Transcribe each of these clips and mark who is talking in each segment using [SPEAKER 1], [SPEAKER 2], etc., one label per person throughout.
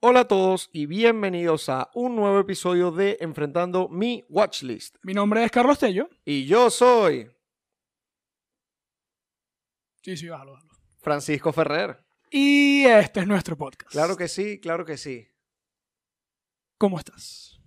[SPEAKER 1] Hola a todos y bienvenidos a un nuevo episodio de Enfrentando mi Watchlist.
[SPEAKER 2] Mi nombre es Carlos Tello.
[SPEAKER 1] Y yo soy
[SPEAKER 2] Sí, sí, bájalo, bájalo.
[SPEAKER 1] Francisco Ferrer.
[SPEAKER 2] Y este es nuestro podcast.
[SPEAKER 1] Claro que sí, claro que sí.
[SPEAKER 2] ¿Cómo estás?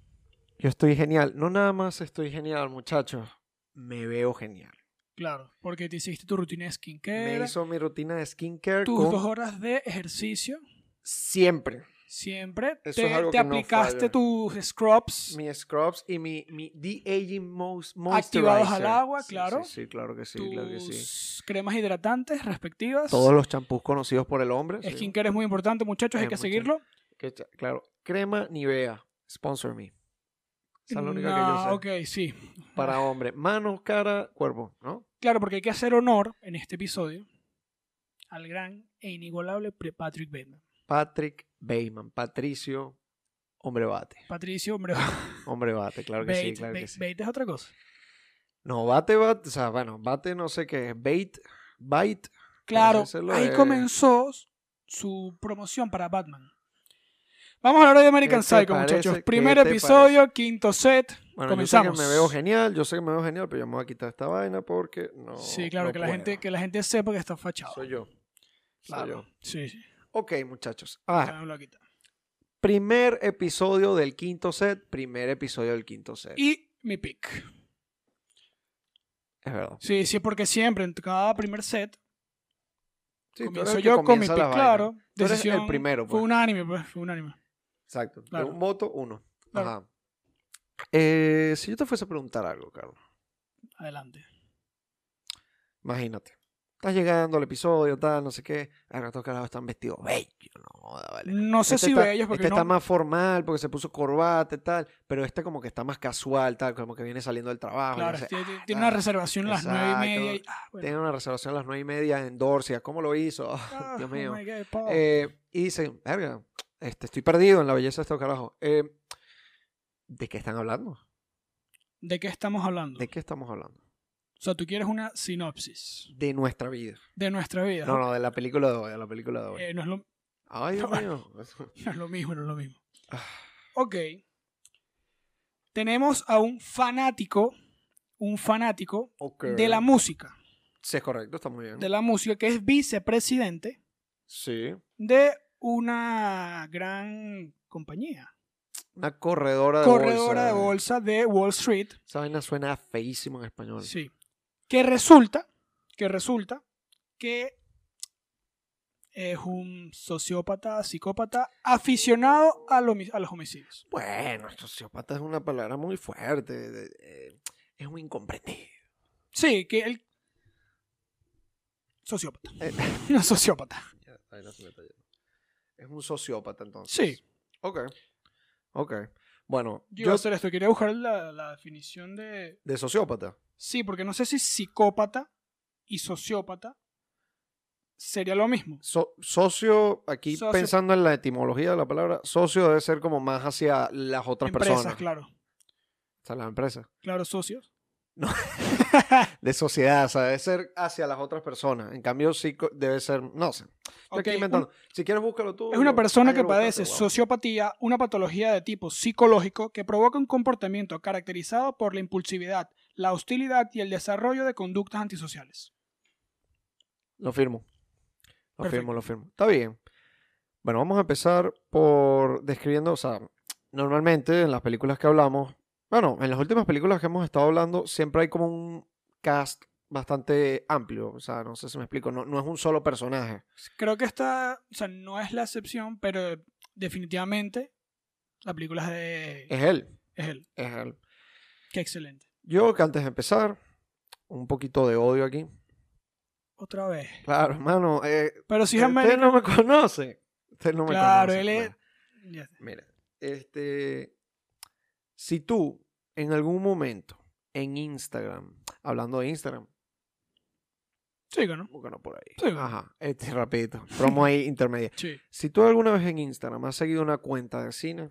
[SPEAKER 1] Yo estoy genial. No nada más estoy genial, muchachos. Me veo genial.
[SPEAKER 2] Claro, porque te hiciste tu rutina de
[SPEAKER 1] Me
[SPEAKER 2] skincare,
[SPEAKER 1] hizo mi rutina de skincare
[SPEAKER 2] tus
[SPEAKER 1] con-
[SPEAKER 2] dos horas de ejercicio,
[SPEAKER 1] siempre.
[SPEAKER 2] siempre.
[SPEAKER 1] Eso
[SPEAKER 2] te
[SPEAKER 1] es algo
[SPEAKER 2] te
[SPEAKER 1] que no
[SPEAKER 2] aplicaste
[SPEAKER 1] falla.
[SPEAKER 2] tus scrubs
[SPEAKER 1] Mis scrubs y mi, mi de-aging mos- moisturizer.
[SPEAKER 2] Activados al agua,
[SPEAKER 1] Sí,
[SPEAKER 2] claro.
[SPEAKER 1] Sí, sí, claro que sí,
[SPEAKER 2] tus
[SPEAKER 1] claro que sí.
[SPEAKER 2] cremas hidratantes respectivas.
[SPEAKER 1] Todos los champús conocidos por el hombre. sí.
[SPEAKER 2] Skincare es muy importante, muchachos, hay
[SPEAKER 1] Eh,
[SPEAKER 2] que
[SPEAKER 1] muchachos.
[SPEAKER 2] seguirlo.
[SPEAKER 1] Que cha- claro, crema Nivea, sponsor me. Esa es la única que yo sé.
[SPEAKER 2] No, Ah, ok, sí.
[SPEAKER 1] Para hombre, mano, cara, cuerpo, ¿no?
[SPEAKER 2] Claro, porque hay que hacer honor en este episodio al gran e inigualable pre- Patrick Bateman.
[SPEAKER 1] Patrick Bayman, Patricio, hombre bate.
[SPEAKER 2] Patricio, hombre,
[SPEAKER 1] Hombre bate, claro que sí,
[SPEAKER 2] Bate,
[SPEAKER 1] claro
[SPEAKER 2] Bate-
[SPEAKER 1] que sí.
[SPEAKER 2] Bate es otra cosa.
[SPEAKER 1] No, bate, bate, o sea, bueno, bate no sé qué es, bait, bite.
[SPEAKER 2] Claro,
[SPEAKER 1] ese lo
[SPEAKER 2] ahí
[SPEAKER 1] es.
[SPEAKER 2] comenzó su promoción para Batman. Vamos a hablar de American
[SPEAKER 1] ¿Qué te
[SPEAKER 2] Psycho,
[SPEAKER 1] parece?
[SPEAKER 2] muchachos.
[SPEAKER 1] ¿Qué
[SPEAKER 2] Primer
[SPEAKER 1] te
[SPEAKER 2] episodio, quinto set.
[SPEAKER 1] Bueno,
[SPEAKER 2] comenzamos.
[SPEAKER 1] yo sé que me veo genial, yo sé que me veo genial, pero yo me voy a quitar esta vaina porque no
[SPEAKER 2] sí, claro,
[SPEAKER 1] Oh, no
[SPEAKER 2] que, la
[SPEAKER 1] puedo.
[SPEAKER 2] gente, que la gente sepa que está fachado.
[SPEAKER 1] Soy yo. Soy
[SPEAKER 2] Claro.
[SPEAKER 1] yo.
[SPEAKER 2] Sí, sí.
[SPEAKER 1] Ok, muchachos. Ah,
[SPEAKER 2] ya me lo quita.
[SPEAKER 1] primer episodio del quinto set, primer episodio del quinto set.
[SPEAKER 2] Y mi pick.
[SPEAKER 1] Es verdad.
[SPEAKER 2] Sí, sí, porque siempre en cada primer set
[SPEAKER 1] Sí, tú eres
[SPEAKER 2] comienzo
[SPEAKER 1] el que
[SPEAKER 2] yo con mi
[SPEAKER 1] comienza
[SPEAKER 2] pick,
[SPEAKER 1] la vaina.
[SPEAKER 2] claro.
[SPEAKER 1] Tú eres el
[SPEAKER 2] Decisión-
[SPEAKER 1] primero,
[SPEAKER 2] Fue
[SPEAKER 1] pues.
[SPEAKER 2] unánime, pues. Fue unánime.
[SPEAKER 1] Exacto.
[SPEAKER 2] Claro.
[SPEAKER 1] De un voto, uno.
[SPEAKER 2] Claro.
[SPEAKER 1] Ajá. Eh, si yo te fuese a preguntar algo, Carlos,
[SPEAKER 2] Adelante.
[SPEAKER 1] imagínate. Estás llegando al episodio, tal, no sé qué. Ahora estos carajos están vestidos bellos. No, joda, vale.
[SPEAKER 2] No sé
[SPEAKER 1] Este
[SPEAKER 2] si
[SPEAKER 1] está-
[SPEAKER 2] bellos, porque
[SPEAKER 1] este
[SPEAKER 2] no.
[SPEAKER 1] está más formal porque se puso corbata y tal, pero este como que está más casual, tal, como que viene saliendo del trabajo. y no
[SPEAKER 2] Claro,
[SPEAKER 1] sé,
[SPEAKER 2] tiene,
[SPEAKER 1] ah,
[SPEAKER 2] tiene una
[SPEAKER 1] tal.
[SPEAKER 2] reservación a las nueve y media. y-
[SPEAKER 1] Exacto.
[SPEAKER 2] ah, bueno.
[SPEAKER 1] Tiene una reservación a las nueve y media en Dorsia. ¿Cómo lo hizo?
[SPEAKER 2] Ah,
[SPEAKER 1] Dios
[SPEAKER 2] oh
[SPEAKER 1] mío.
[SPEAKER 2] my God, Paul.
[SPEAKER 1] Eh, y dicen, verga, este, estoy perdido en la belleza de estos carajos. Eh, ¿De qué están hablando?
[SPEAKER 2] ¿De qué estamos hablando?
[SPEAKER 1] ¿De qué estamos hablando?
[SPEAKER 2] O sea, tú quieres una sinopsis
[SPEAKER 1] De nuestra vida.
[SPEAKER 2] de nuestra vida.
[SPEAKER 1] No, no, de la película de hoy, de la película de hoy.
[SPEAKER 2] Eh, no, es lo,
[SPEAKER 1] Ay, Dios mío.
[SPEAKER 2] no es lo mismo, no es lo mismo.
[SPEAKER 1] Ah.
[SPEAKER 2] Ok. Tenemos a un fanático, un fanático
[SPEAKER 1] Ok.
[SPEAKER 2] de la música,
[SPEAKER 1] Sí, es correcto, está muy bien.
[SPEAKER 2] de la música que es vicepresidente
[SPEAKER 1] Sí.
[SPEAKER 2] de una gran compañía,
[SPEAKER 1] Una corredora Ah, de
[SPEAKER 2] corredora
[SPEAKER 1] bolsa. eh.
[SPEAKER 2] de bolsa de Wall Street.
[SPEAKER 1] Esa vaina suena feísimo en español.
[SPEAKER 2] Sí. Que resulta, que resulta que es un sociópata, psicópata, aficionado a, lo- a los homicidios.
[SPEAKER 1] Bueno, sociópata es una palabra muy fuerte. de- eh, es un incomprendido.
[SPEAKER 2] Sí, que él... Sociópata.
[SPEAKER 1] Eh,
[SPEAKER 2] Un sociópata.
[SPEAKER 1] ya, ahí no se me está yendo. es un sociópata entonces.
[SPEAKER 2] Sí.
[SPEAKER 1] Ok. Ok. Bueno,
[SPEAKER 2] Yo
[SPEAKER 1] yo,
[SPEAKER 2] iba a hacer esto, quería buscar la, la definición de...
[SPEAKER 1] de sociópata.
[SPEAKER 2] Sí, porque no sé si psicópata y sociópata sería lo mismo.
[SPEAKER 1] So- socio, aquí
[SPEAKER 2] Socio.
[SPEAKER 1] pensando en la etimología de la palabra, socio debe ser como más hacia las otras
[SPEAKER 2] Empresas,
[SPEAKER 1] personas.
[SPEAKER 2] claro.
[SPEAKER 1] O sea, las empresas.
[SPEAKER 2] Claro, socios.
[SPEAKER 1] No. De sociedad, o sea, debe ser hacia las otras personas. En cambio, psico debe ser, no sé. Yo
[SPEAKER 2] Ok,
[SPEAKER 1] aquí inventando. Si quieres, búscalo tú.
[SPEAKER 2] Es una
[SPEAKER 1] yo-
[SPEAKER 2] persona
[SPEAKER 1] ah,
[SPEAKER 2] que
[SPEAKER 1] ya lo buscaste,
[SPEAKER 2] padece
[SPEAKER 1] guau.
[SPEAKER 2] sociopatía, una patología de tipo psicológico que provoca un comportamiento caracterizado por la impulsividad, la hostilidad y el desarrollo de conductas antisociales.
[SPEAKER 1] Lo firmo. Lo
[SPEAKER 2] Perfecto.
[SPEAKER 1] firmo, lo firmo. Está bien. Bueno, vamos a empezar por describiendo, o sea, normalmente en las películas que hablamos, bueno, en las últimas películas que hemos estado hablando, siempre hay como un cast bastante amplio, o sea, no sé si me explico, no, no es un solo personaje.
[SPEAKER 2] Creo que esta, o sea, no es la excepción, pero definitivamente la película es de
[SPEAKER 1] Es él,
[SPEAKER 2] es él.
[SPEAKER 1] es él.
[SPEAKER 2] Qué excelente.
[SPEAKER 1] Yo que antes de empezar, un poquito de odio aquí.
[SPEAKER 2] Otra vez.
[SPEAKER 1] Claro, hermano, eh,
[SPEAKER 2] Pero si es
[SPEAKER 1] usted
[SPEAKER 2] América-
[SPEAKER 1] no me conoce. Usted no me
[SPEAKER 2] Claro,
[SPEAKER 1] conoce. pues.
[SPEAKER 2] él es
[SPEAKER 1] Bueno. Mira, este, si tú en algún momento en Instagram, hablando de Instagram,
[SPEAKER 2] Sí, ¿no?
[SPEAKER 1] búscalo por ahí.
[SPEAKER 2] Sí.
[SPEAKER 1] Ajá, este rapidito, promo ahí intermedia.
[SPEAKER 2] Sí.
[SPEAKER 1] Si tú alguna vez en Instagram has seguido una cuenta de cine,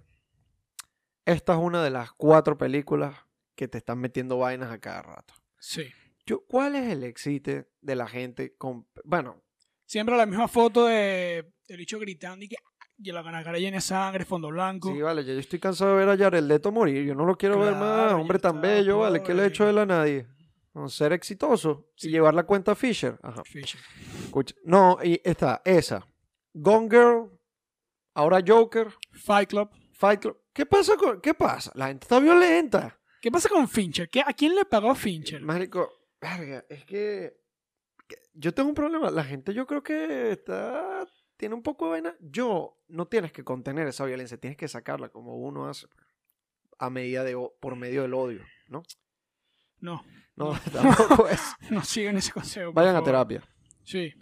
[SPEAKER 1] esta es una de las cuatro películas que te están metiendo vainas a cada rato.
[SPEAKER 2] Sí.
[SPEAKER 1] Yo, ¿cuál es el éxito de la gente con, bueno,
[SPEAKER 2] Siempre la misma foto de el bicho gritando y que ah, y la cara llena de sangre, fondo blanco.
[SPEAKER 1] Sí, vale, ya yo estoy cansado de ver a Jared Leto morir. Yo no lo quiero ver más.
[SPEAKER 2] Claro,
[SPEAKER 1] Hombre
[SPEAKER 2] ya
[SPEAKER 1] tan
[SPEAKER 2] está,
[SPEAKER 1] bello, vale. ¿Qué le he
[SPEAKER 2] pobre.
[SPEAKER 1] hecho él a nadie? Un ser exitoso. Y llevar la cuenta a Fisher. Ajá.
[SPEAKER 2] Fisher.
[SPEAKER 1] Escucha. No, y está, esa. Gone Girl. Ahora Joker.
[SPEAKER 2] Fight Club.
[SPEAKER 1] Fight Club. ¿Qué pasa con.? ¿Qué pasa? La gente está violenta.
[SPEAKER 2] ¿Qué pasa con Fincher? ¿Qué- ¿A quién le pagó Fincher?
[SPEAKER 1] Marico, verga, es que. que- Yo tengo un problema. La gente, yo creo que está. Tiene un poco de vaina. Yo, no tienes que contener esa violencia, tienes que sacarla como uno hace. pues, A medida de. o- por medio del odio, ¿no?
[SPEAKER 2] No,
[SPEAKER 1] No,
[SPEAKER 2] No.
[SPEAKER 1] tampoco es.
[SPEAKER 2] no sigan ese consejo. por
[SPEAKER 1] Vayan a
[SPEAKER 2] favor.
[SPEAKER 1] terapia.
[SPEAKER 2] Sí,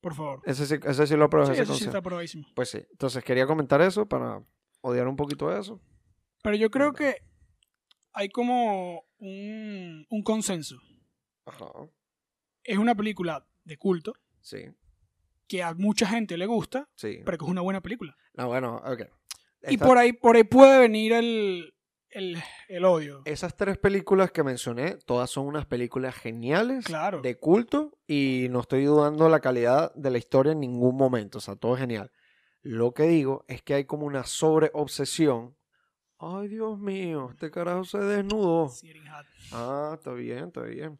[SPEAKER 2] por favor.
[SPEAKER 1] Ese sí, ese sí lo apruebo,
[SPEAKER 2] Sí,
[SPEAKER 1] ese
[SPEAKER 2] eso sí
[SPEAKER 1] consejo.
[SPEAKER 2] está probadísimo.
[SPEAKER 1] Pues sí. Entonces quería comentar eso para odiar un poquito eso.
[SPEAKER 2] Pero yo creo
[SPEAKER 1] Anda.
[SPEAKER 2] que hay como un, un consenso.
[SPEAKER 1] Ajá.
[SPEAKER 2] Es una película de culto
[SPEAKER 1] Sí,
[SPEAKER 2] que a mucha gente le gusta,
[SPEAKER 1] sí.
[SPEAKER 2] pero que es una buena película.
[SPEAKER 1] No, bueno, ok.
[SPEAKER 2] Y
[SPEAKER 1] Esta-
[SPEAKER 2] por ahí, por ahí puede venir el, el, el odio.
[SPEAKER 1] Esas tres películas que mencioné, todas son unas películas geniales,
[SPEAKER 2] Claro.
[SPEAKER 1] de culto, y no estoy dudando la calidad de la historia en ningún momento. O sea, todo es genial. Lo que digo es que hay como una sobreobsesión. Ay, Dios mío, este carajo se desnudó.
[SPEAKER 2] Sitting Hat.
[SPEAKER 1] Ah, está bien, está bien.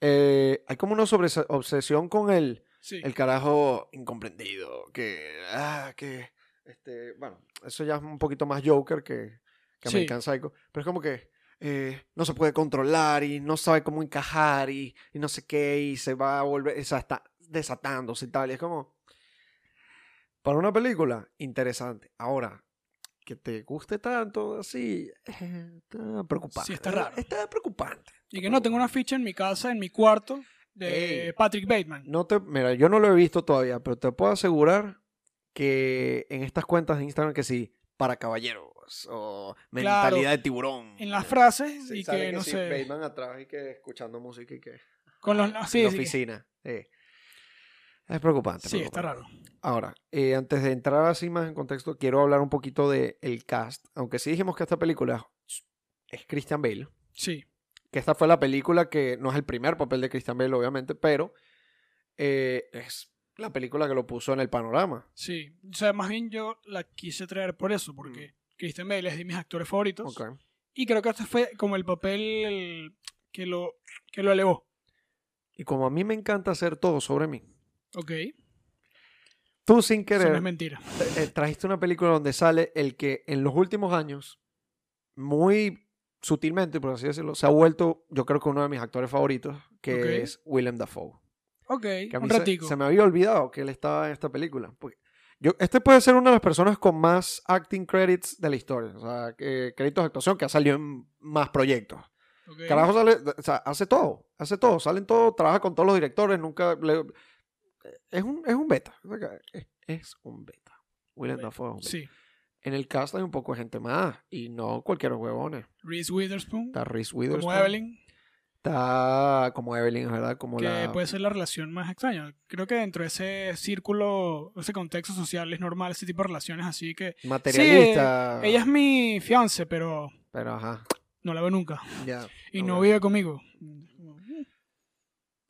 [SPEAKER 1] Eh, hay como una sobreobsesión con el,
[SPEAKER 2] Sí.
[SPEAKER 1] el carajo incomprendido, que, ah, que, este, bueno, eso ya es un poquito más Joker que, que
[SPEAKER 2] Sí.
[SPEAKER 1] American Psycho, pero es como que eh, no se puede controlar y no sabe cómo encajar y, y no sé qué y se va a volver, o sea, está desatándose y tal, y es como, para una película, interesante. Ahora, que te guste tanto, así, eh, está preocupante.
[SPEAKER 2] Sí, está raro.
[SPEAKER 1] Está preocupante.
[SPEAKER 2] Y que no, tengo una ficha en mi casa, en mi cuarto, de
[SPEAKER 1] Ey.
[SPEAKER 2] Patrick Bateman.
[SPEAKER 1] No te, mira, yo no lo he visto todavía, pero te puedo asegurar que en estas cuentas de Instagram que sí, para caballeros o mentalidad
[SPEAKER 2] Claro.
[SPEAKER 1] de tiburón.
[SPEAKER 2] En las frases
[SPEAKER 1] Sí,
[SPEAKER 2] y
[SPEAKER 1] sale
[SPEAKER 2] que, no
[SPEAKER 1] sí,
[SPEAKER 2] sé.
[SPEAKER 1] Bateman atrás y que escuchando música y que
[SPEAKER 2] Con los. no,
[SPEAKER 1] en
[SPEAKER 2] Sí,
[SPEAKER 1] la
[SPEAKER 2] sí, que-
[SPEAKER 1] oficina. eh. Es preocupante.
[SPEAKER 2] sí, está
[SPEAKER 1] preocupante.
[SPEAKER 2] raro.
[SPEAKER 1] Ahora, eh, antes de entrar así más en contexto, quiero hablar un poquito del el cast. Aunque sí dijimos que esta película es Christian Bale,
[SPEAKER 2] Sí.
[SPEAKER 1] que esta fue la película que no es el primer papel de Christian Bale, obviamente, pero eh, es la película que lo puso en el panorama.
[SPEAKER 2] Sí, o sea, más bien yo la quise traer por eso, porque Christian Bale es de mis actores favoritos.
[SPEAKER 1] Mm. Ok.
[SPEAKER 2] Y creo que este fue como el papel el- que, lo, que lo elevó.
[SPEAKER 1] Y como a mí me encanta hacer todo sobre mí,
[SPEAKER 2] Ok,
[SPEAKER 1] tú sin
[SPEAKER 2] eso no es
[SPEAKER 1] querer
[SPEAKER 2] mentira.
[SPEAKER 1] eh, trajiste una película donde sale el que en los últimos años, muy sutilmente, por así decirlo, se ha vuelto, yo creo que uno de mis actores favoritos, que
[SPEAKER 2] Ok.
[SPEAKER 1] es Willem Dafoe.
[SPEAKER 2] Ok,
[SPEAKER 1] Que a mí
[SPEAKER 2] un
[SPEAKER 1] se-
[SPEAKER 2] ratico.
[SPEAKER 1] Se, me había olvidado que él estaba en esta película. Porque yo, este puede ser una de las personas con más acting credits de la historia. O sea, que- créditos de actuación que ha salido en más proyectos.
[SPEAKER 2] Ok.
[SPEAKER 1] Carajo sale, o sea, hace todo, hace todo, salen todo, trabaja con todos los directores, nunca le- es un es un beta, o sea, es- es un beta. Willem
[SPEAKER 2] Beta.
[SPEAKER 1] Dafoe es un beta.
[SPEAKER 2] Sí,
[SPEAKER 1] En el cast hay un poco de gente más y no cualquier huevones.
[SPEAKER 2] Reese Witherspoon,
[SPEAKER 1] Está Reese
[SPEAKER 2] como
[SPEAKER 1] Witherspoon,
[SPEAKER 2] Evelyn,
[SPEAKER 1] está como Evelyn, es verdad, como
[SPEAKER 2] que
[SPEAKER 1] la
[SPEAKER 2] puede ser la relación más extraña. Creo que dentro de ese círculo, ese contexto social es normal ese tipo de relaciones, así que
[SPEAKER 1] materialista.
[SPEAKER 2] ella es mi fiance, pero
[SPEAKER 1] Pero ajá,
[SPEAKER 2] no la veo nunca
[SPEAKER 1] ya.
[SPEAKER 2] y no
[SPEAKER 1] ok.
[SPEAKER 2] vive conmigo.
[SPEAKER 1] Mm.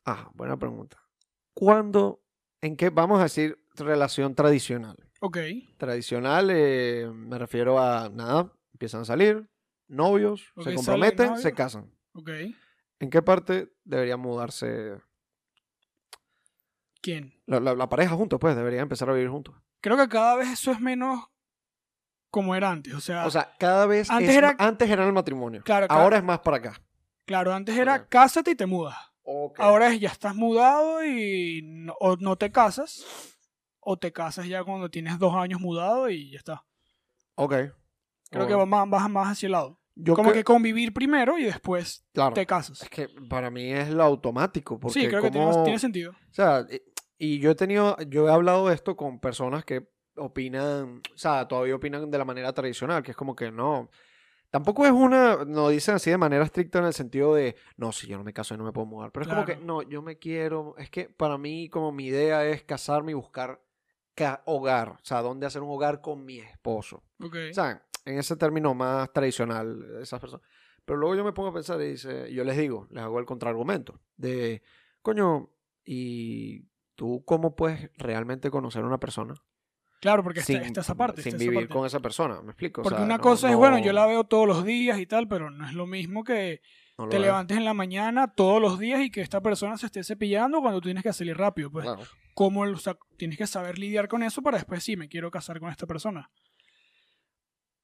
[SPEAKER 1] Ah, buena pregunta. ¿Cuándo en qué vamos a decir relación tradicional?
[SPEAKER 2] Ok,
[SPEAKER 1] tradicional, eh, me refiero a nada, empiezan a salir, novios, se
[SPEAKER 2] Ok, salen
[SPEAKER 1] comprometen, se
[SPEAKER 2] novios.
[SPEAKER 1] casan.
[SPEAKER 2] ok.
[SPEAKER 1] ¿En qué parte debería mudarse
[SPEAKER 2] ¿Quién?
[SPEAKER 1] la, la- la pareja juntos? Pues debería empezar a vivir juntos.
[SPEAKER 2] creo que cada vez eso es menos como era antes. O sea,
[SPEAKER 1] O sea, cada vez
[SPEAKER 2] Ah, Antes
[SPEAKER 1] es-
[SPEAKER 2] era-
[SPEAKER 1] antes era el matrimonio,
[SPEAKER 2] Claro, claro.
[SPEAKER 1] ahora es más para acá.
[SPEAKER 2] claro, antes era
[SPEAKER 1] ok.
[SPEAKER 2] cásate y te mudas. Ahora es ya estás mudado y no, o no te casas. O te casas ya cuando tienes dos años mudado y ya está.
[SPEAKER 1] Ok.
[SPEAKER 2] Creo
[SPEAKER 1] Ok.
[SPEAKER 2] que vas más, vas más hacia el lado.
[SPEAKER 1] Yo
[SPEAKER 2] Como
[SPEAKER 1] cre-
[SPEAKER 2] que convivir primero y después
[SPEAKER 1] claro,
[SPEAKER 2] te casas.
[SPEAKER 1] es que para mí es lo automático porque
[SPEAKER 2] Sí, creo que tiene-
[SPEAKER 1] como-
[SPEAKER 2] tiene sentido.
[SPEAKER 1] O sea, y- y yo he tenido, yo he hablado de esto con personas que opinan, o sea, todavía opinan de la manera tradicional, que es como que no. Tampoco es una, no dicen así de manera estricta en el sentido de, no, si yo no me caso, yo no me puedo mudar. Pero es como
[SPEAKER 2] Claro.
[SPEAKER 1] que, no, yo me quiero, es que para mí como mi idea es casarme y buscar ca- hogar, o sea, dónde hacer un hogar con mi esposo.
[SPEAKER 2] Ok.
[SPEAKER 1] O sea, en ese término más tradicional, esas personas. Pero luego yo me pongo a pensar y dice, yo les digo, les hago el contraargumento de, coño, ¿y tú cómo puedes realmente conocer a una persona
[SPEAKER 2] Claro, porque está,
[SPEAKER 1] sin,
[SPEAKER 2] está esa parte.
[SPEAKER 1] sin
[SPEAKER 2] está esa
[SPEAKER 1] vivir
[SPEAKER 2] parte.
[SPEAKER 1] con esa persona, ¿me explico? O
[SPEAKER 2] Porque
[SPEAKER 1] sea,
[SPEAKER 2] una
[SPEAKER 1] no-
[SPEAKER 2] cosa es,
[SPEAKER 1] no-
[SPEAKER 2] bueno, yo la veo todos los días y tal, pero no es lo mismo que
[SPEAKER 1] no lo
[SPEAKER 2] te
[SPEAKER 1] veo.
[SPEAKER 2] levantes en la mañana todos los días y que esta persona se esté cepillando cuando tú tienes que salir rápido. Pues,
[SPEAKER 1] Claro.
[SPEAKER 2] ¿cómo el- o sea, tienes que saber lidiar con eso para después, sí, me quiero casar con esta persona?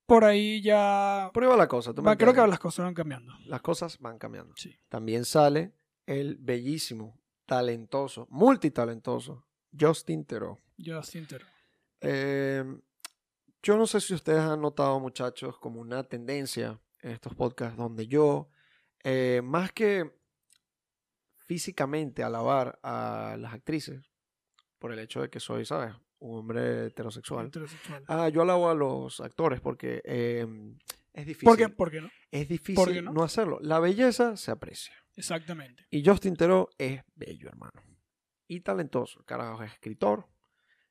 [SPEAKER 2] Por ahí ya...
[SPEAKER 1] Por ahí va la cosa. ¿tú me
[SPEAKER 2] va- creo que
[SPEAKER 1] entiendes?
[SPEAKER 2] las cosas van cambiando.
[SPEAKER 1] Las cosas van cambiando.
[SPEAKER 2] Sí.
[SPEAKER 1] También sale el bellísimo, talentoso, multitalentoso Justin Theroux.
[SPEAKER 2] Yo siento.
[SPEAKER 1] Eh, yo no sé si ustedes han notado, muchachos, como una tendencia en estos podcasts donde yo, eh, más que físicamente alabar a las actrices, por el hecho de que soy, ¿sabes? Un hombre heterosexual.
[SPEAKER 2] heterosexual.
[SPEAKER 1] Ah, yo alabo a los actores porque eh, es difícil.
[SPEAKER 2] ¿Por qué? ¿Por qué no?
[SPEAKER 1] Es
[SPEAKER 2] ¿Por
[SPEAKER 1] difícil
[SPEAKER 2] qué no?
[SPEAKER 1] no hacerlo. La belleza se aprecia.
[SPEAKER 2] Exactamente.
[SPEAKER 1] Y Justin Theroux es bello, hermano. Y talentoso. El Carajo, es escritor.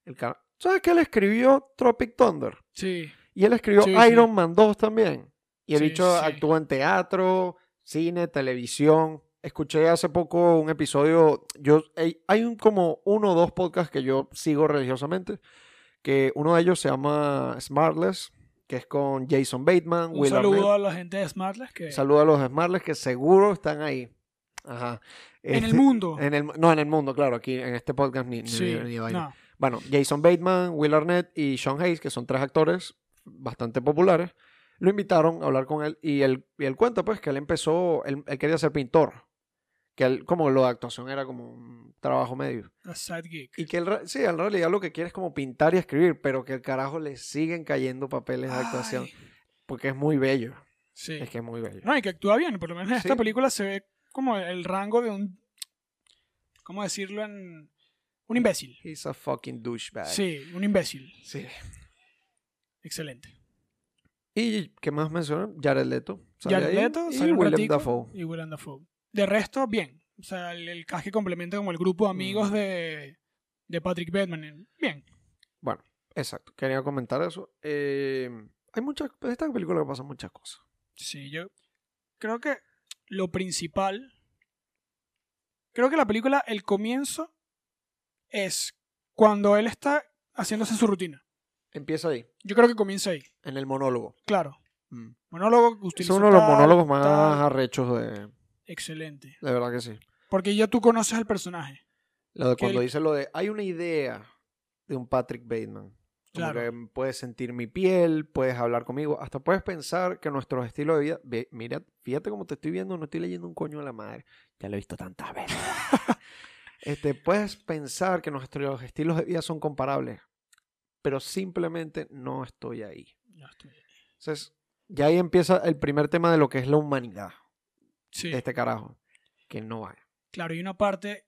[SPEAKER 1] El cara- ¿Sabes que él escribió Tropic Thunder?
[SPEAKER 2] Sí.
[SPEAKER 1] Y él escribió
[SPEAKER 2] Sí,
[SPEAKER 1] Iron
[SPEAKER 2] sí.
[SPEAKER 1] Man 2 también. Y el
[SPEAKER 2] Sí,
[SPEAKER 1] bicho
[SPEAKER 2] sí.
[SPEAKER 1] actúa en teatro, cine, televisión. Escuché hace poco un episodio. Yo, hay hay un, como uno o dos podcasts que yo sigo religiosamente. Que uno de ellos se llama Smartless, que es con Jason Bateman,
[SPEAKER 2] Un
[SPEAKER 1] Will Arnett.
[SPEAKER 2] saludo a la gente de Smartless que
[SPEAKER 1] Saludo a los Smartless que seguro están ahí. Ajá.
[SPEAKER 2] en el
[SPEAKER 1] Este-
[SPEAKER 2] mundo.
[SPEAKER 1] en el, no, en el mundo, claro, aquí en este podcast ni, ni,
[SPEAKER 2] sí.
[SPEAKER 1] ni- ni vaina.
[SPEAKER 2] no.
[SPEAKER 1] Bueno, Jason Bateman, Will Arnett y Sean Hayes, que son tres actores bastante populares, lo invitaron a hablar con él y él, y él cuenta pues que él empezó, él, él quería ser pintor, que él como lo de actuación era como un trabajo medio.
[SPEAKER 2] A side geek.
[SPEAKER 1] Y que él, re- sí, en realidad lo que quiere es como pintar y escribir, pero que el carajo le siguen cayendo papeles de actuación,
[SPEAKER 2] Ay,
[SPEAKER 1] porque es muy bello,
[SPEAKER 2] Sí.
[SPEAKER 1] es que es muy bello.
[SPEAKER 2] No, y que actúa bien. Por lo menos en esta
[SPEAKER 1] Sí.
[SPEAKER 2] película se ve como el rango de un. ¿Cómo decirlo? En, un imbécil.
[SPEAKER 1] He's a fucking douchebag.
[SPEAKER 2] Sí, un imbécil.
[SPEAKER 1] Sí.
[SPEAKER 2] Excelente.
[SPEAKER 1] ¿Y qué más mencionar? Jared Leto. sale
[SPEAKER 2] Jared
[SPEAKER 1] ahí,
[SPEAKER 2] Leto,
[SPEAKER 1] y
[SPEAKER 2] sale un
[SPEAKER 1] Willem
[SPEAKER 2] ratico,
[SPEAKER 1] Dafoe.
[SPEAKER 2] Y Willem Dafoe. De resto, bien. O sea, el, el cast que complementa como el grupo de amigos
[SPEAKER 1] Mm.
[SPEAKER 2] de, de Patrick Batman. Bien.
[SPEAKER 1] Bueno, exacto. Quería comentar eso. Eh, hay muchas. En esta película pasan muchas cosas.
[SPEAKER 2] Sí, yo creo que lo principal. Creo que la película, el comienzo, es cuando él está haciéndose su rutina.
[SPEAKER 1] Empieza ahí,
[SPEAKER 2] Yo creo que comienza ahí,
[SPEAKER 1] en el monólogo.
[SPEAKER 2] claro.
[SPEAKER 1] Mm.
[SPEAKER 2] Monólogo que
[SPEAKER 1] Es
[SPEAKER 2] utiliza
[SPEAKER 1] uno de los
[SPEAKER 2] tal,
[SPEAKER 1] monólogos más
[SPEAKER 2] tal.
[SPEAKER 1] arrechos de. De
[SPEAKER 2] Excelente.
[SPEAKER 1] verdad que sí.
[SPEAKER 2] Porque ya tú conoces al personaje.
[SPEAKER 1] Lo de
[SPEAKER 2] Que
[SPEAKER 1] cuando
[SPEAKER 2] el-
[SPEAKER 1] dice lo de. Hay una idea de un Patrick Bateman. Como
[SPEAKER 2] Claro.
[SPEAKER 1] que puedes sentir mi piel, puedes hablar conmigo, hasta puedes pensar que nuestro estilo de vida. ve, mira, fíjate cómo te estoy viendo, no estoy leyendo un coño a la madre. Ya lo he visto tantas veces. este, puedes pensar que nuestros estilos de vida son comparables, pero simplemente no estoy ahí.
[SPEAKER 2] No, estoy-
[SPEAKER 1] Entonces, ya ahí empieza el primer tema de lo que es la humanidad
[SPEAKER 2] Sí,
[SPEAKER 1] de este carajo, que no va.
[SPEAKER 2] claro. Y una parte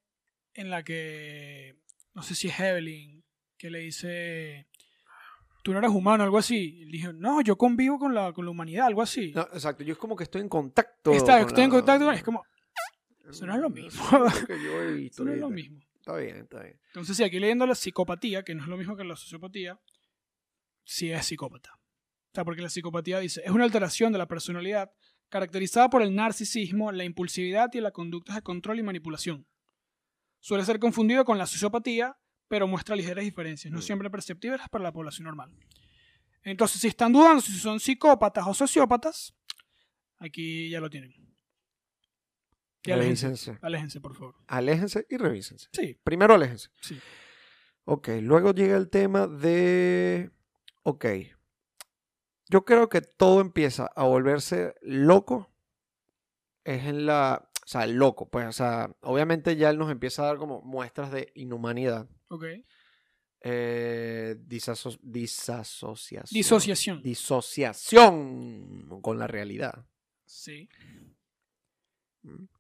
[SPEAKER 2] en la que. No sé si es Evelyn, que le dice. Tú no eres humano, algo así. Y él dijo, no, yo convivo con la, con la humanidad, algo así.
[SPEAKER 1] No, exacto, yo es como que estoy en contacto.
[SPEAKER 2] Está,
[SPEAKER 1] con
[SPEAKER 2] estoy en
[SPEAKER 1] la-
[SPEAKER 2] contacto con- Es como, eso no es lo mismo.
[SPEAKER 1] Eso es lo que yo he visto
[SPEAKER 2] eso no es lo
[SPEAKER 1] ahorita.
[SPEAKER 2] mismo.
[SPEAKER 1] Está bien, está bien.
[SPEAKER 2] Entonces, si aquí leyendo la psicopatía, que no es lo mismo que la sociopatía, sí es psicópata. O sea, porque la psicopatía dice, es una alteración de la personalidad caracterizada por el narcisismo, la impulsividad y las conductas de control y manipulación. Suele ser confundido con la sociopatía, pero muestra ligeras diferencias, no
[SPEAKER 1] Mm.
[SPEAKER 2] siempre perceptibles para la población normal. Entonces, si están dudando si son psicópatas o sociópatas, aquí ya lo tienen. Y aléjense,
[SPEAKER 1] Revísense.
[SPEAKER 2] aléjense, por favor.
[SPEAKER 1] Aléjense y revísense.
[SPEAKER 2] Sí,
[SPEAKER 1] Primero aléjense.
[SPEAKER 2] sí.
[SPEAKER 1] Ok, luego llega el tema de... Ok. Yo creo que todo empieza a volverse loco. Es en la... O sea, loco, pues, o sea, obviamente ya él nos empieza a dar como muestras de inhumanidad.
[SPEAKER 2] Ok.
[SPEAKER 1] Eh, disaso- disasociación.
[SPEAKER 2] Disociación.
[SPEAKER 1] Disociación con la realidad.
[SPEAKER 2] Sí.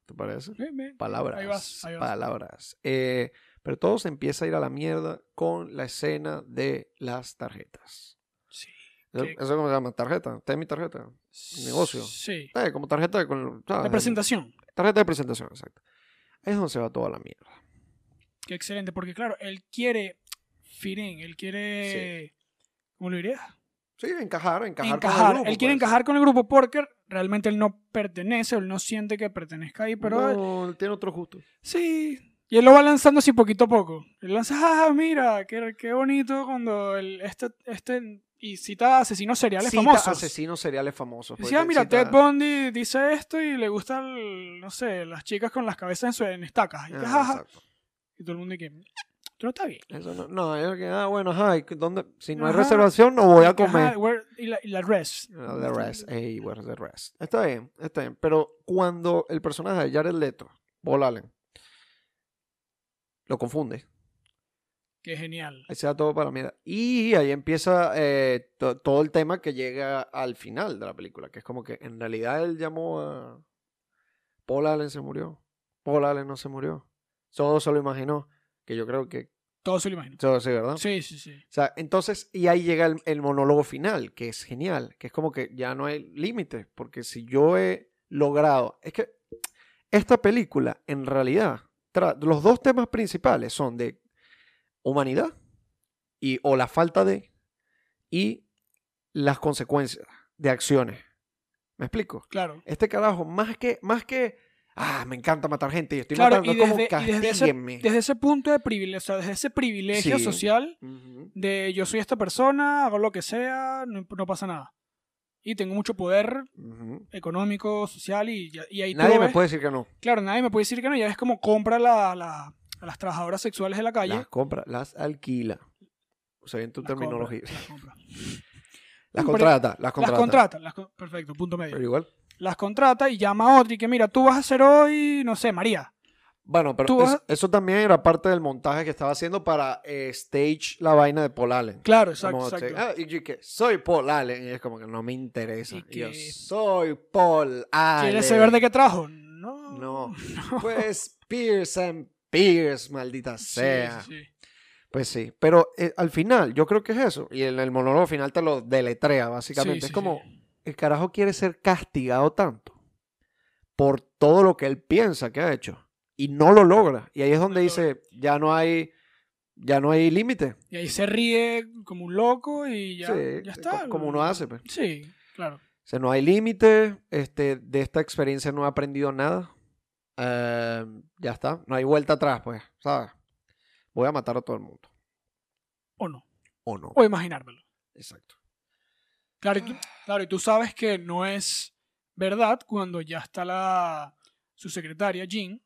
[SPEAKER 1] ¿Te parece?
[SPEAKER 2] Bien, bien.
[SPEAKER 1] Palabras.
[SPEAKER 2] Ahí vas, ahí vas.
[SPEAKER 1] Palabras. Eh, pero todo se empieza a ir a la mierda con la escena de las tarjetas.
[SPEAKER 2] Sí.
[SPEAKER 1] Eso,
[SPEAKER 2] ¿Qué?
[SPEAKER 1] eso cómo se llama, tarjeta. Esta es mi tarjeta. Negocio. Ah,
[SPEAKER 2] Sí.
[SPEAKER 1] Eh, como tarjeta con. ¿sabes?
[SPEAKER 2] La presentación.
[SPEAKER 1] Tarjeta de presentación, exacto. Ahí es donde se va toda la mierda.
[SPEAKER 2] Qué excelente, porque claro, él quiere fit in, él quiere... ¿Cómo lo dirías?
[SPEAKER 1] Sí, encajar, encajar. con el
[SPEAKER 2] Encajar.
[SPEAKER 1] grupo,
[SPEAKER 2] él quiere
[SPEAKER 1] pues.
[SPEAKER 2] encajar con el grupo porque realmente él no pertenece, él no siente que pertenezca ahí, pero...
[SPEAKER 1] No, él tiene otro gusto.
[SPEAKER 2] Sí, Y él lo va lanzando así poquito a poco. Él lanza, ah, mira, qué, qué bonito cuando el, este, este, y cita asesinos seriales
[SPEAKER 1] Cita
[SPEAKER 2] famosos.
[SPEAKER 1] asesinos seriales famosos.
[SPEAKER 2] Y
[SPEAKER 1] pues,
[SPEAKER 2] Decía, "Ah, mira,
[SPEAKER 1] cita-
[SPEAKER 2] Ted Bundy dice esto y le gustan, no sé, las chicas con las cabezas en, su, en estacas. Y,
[SPEAKER 1] Ah,
[SPEAKER 2] que, "Ja, ja, ja".
[SPEAKER 1] exacto.
[SPEAKER 2] Y todo el mundo que, tú no está bien.
[SPEAKER 1] Eso no, no, es que, ah, bueno, ajá, ¿y dónde? si no hay
[SPEAKER 2] Ajá.
[SPEAKER 1] reservación, no voy a
[SPEAKER 2] Y que, "Ajá,
[SPEAKER 1] comer.
[SPEAKER 2] where- y, la, y la res.
[SPEAKER 1] No, the rest, hey, where's the rest? Está bien, está bien. Pero cuando el personaje de Jared Leto, Paul Allen, lo confunde,
[SPEAKER 2] Qué genial.
[SPEAKER 1] ahí se da todo para mierda. Y ahí empieza eh, to- todo el tema que llega al final de la película, que es como que en realidad él llamó a. Paul Allen se murió. Paul Allen no se murió. Todo se lo imaginó, que yo creo que.
[SPEAKER 2] Todo se lo imagino.
[SPEAKER 1] Todo sí, ¿verdad?
[SPEAKER 2] Sí, sí, sí.
[SPEAKER 1] O sea, entonces, y ahí llega el, el monólogo final, que es genial, que es como que ya no hay límites, porque si yo he logrado, es que esta película, en realidad, tra- los dos temas principales son de humanidad y, o la falta de, y las consecuencias de acciones. ¿Me explico?
[SPEAKER 2] Claro.
[SPEAKER 1] Este carajo, más que, más que, ah, me encanta matar gente y estoy
[SPEAKER 2] Claro,
[SPEAKER 1] matando,
[SPEAKER 2] y
[SPEAKER 1] es como
[SPEAKER 2] desde- y desde ese-
[SPEAKER 1] "Castíguenme".
[SPEAKER 2] Desde ese punto de privilegio, o sea, desde ese privilegio
[SPEAKER 1] Sí.
[SPEAKER 2] social
[SPEAKER 1] Ujú.
[SPEAKER 2] de yo soy esta persona, hago lo que sea, no, no pasa nada. Y tengo mucho poder
[SPEAKER 1] Ujú.
[SPEAKER 2] económico, social y, ya- y ahí tú
[SPEAKER 1] Nadie
[SPEAKER 2] lo
[SPEAKER 1] me
[SPEAKER 2] ves.
[SPEAKER 1] puede decir que no.
[SPEAKER 2] Claro, nadie me puede decir que no. Ya es como compra la- la- a las trabajadoras sexuales de la calle.
[SPEAKER 1] Las compra, las alquila. O sea, en tu
[SPEAKER 2] Las
[SPEAKER 1] terminología.
[SPEAKER 2] compra, las compra.
[SPEAKER 1] Las
[SPEAKER 2] Pero-
[SPEAKER 1] contrata, las
[SPEAKER 2] Las
[SPEAKER 1] contrata.
[SPEAKER 2] contrata. las co- perfecto, punto
[SPEAKER 1] Pero
[SPEAKER 2] medio.
[SPEAKER 1] igual.
[SPEAKER 2] Las contrata y llama a otro y que mira, tú vas a hacer hoy, no sé, María.
[SPEAKER 1] Bueno, pero
[SPEAKER 2] Tú
[SPEAKER 1] es-
[SPEAKER 2] vas-
[SPEAKER 1] eso también era parte del montaje que estaba haciendo para eh, stage la vaina de Paul Allen.
[SPEAKER 2] Claro, exacto,
[SPEAKER 1] Como,
[SPEAKER 2] exacto.
[SPEAKER 1] ah, y yo que soy Paul Allen. Y es como que no me interesa.
[SPEAKER 2] Y
[SPEAKER 1] Y yo
[SPEAKER 2] que-
[SPEAKER 1] soy Paul Allen.
[SPEAKER 2] ¿Quieres saber de qué trabajo? No.
[SPEAKER 1] Ah, No. Pues Pierce and Pierce, maldita
[SPEAKER 2] Sí,
[SPEAKER 1] sea.
[SPEAKER 2] sí, sí.
[SPEAKER 1] Pues sí, pero eh, al final, yo creo que es eso. Y en el monólogo final te lo deletrea, básicamente.
[SPEAKER 2] Sí,
[SPEAKER 1] es
[SPEAKER 2] sí,
[SPEAKER 1] como,
[SPEAKER 2] sí.
[SPEAKER 1] el carajo quiere ser castigado tanto por todo lo que él piensa que ha hecho y no lo logra. Y ahí es donde
[SPEAKER 2] No lo
[SPEAKER 1] dice, ya no hay, ya no hay límite.
[SPEAKER 2] Y ahí se ríe como un loco y ya,
[SPEAKER 1] Sí,
[SPEAKER 2] ya
[SPEAKER 1] co-
[SPEAKER 2] está.
[SPEAKER 1] como uno hace, pues.
[SPEAKER 2] Sí, claro.
[SPEAKER 1] O sea, no hay límite, este, de esta experiencia no he aprendido nada. Eh, ya está, no hay vuelta atrás, pues, ¿sabes? Voy a matar a todo el mundo.
[SPEAKER 2] O no.
[SPEAKER 1] ¿O no?
[SPEAKER 2] O imaginármelo.
[SPEAKER 1] Exacto.
[SPEAKER 2] Claro y, tú, claro, y tú sabes que no es verdad cuando ya está la su secretaria, Jean,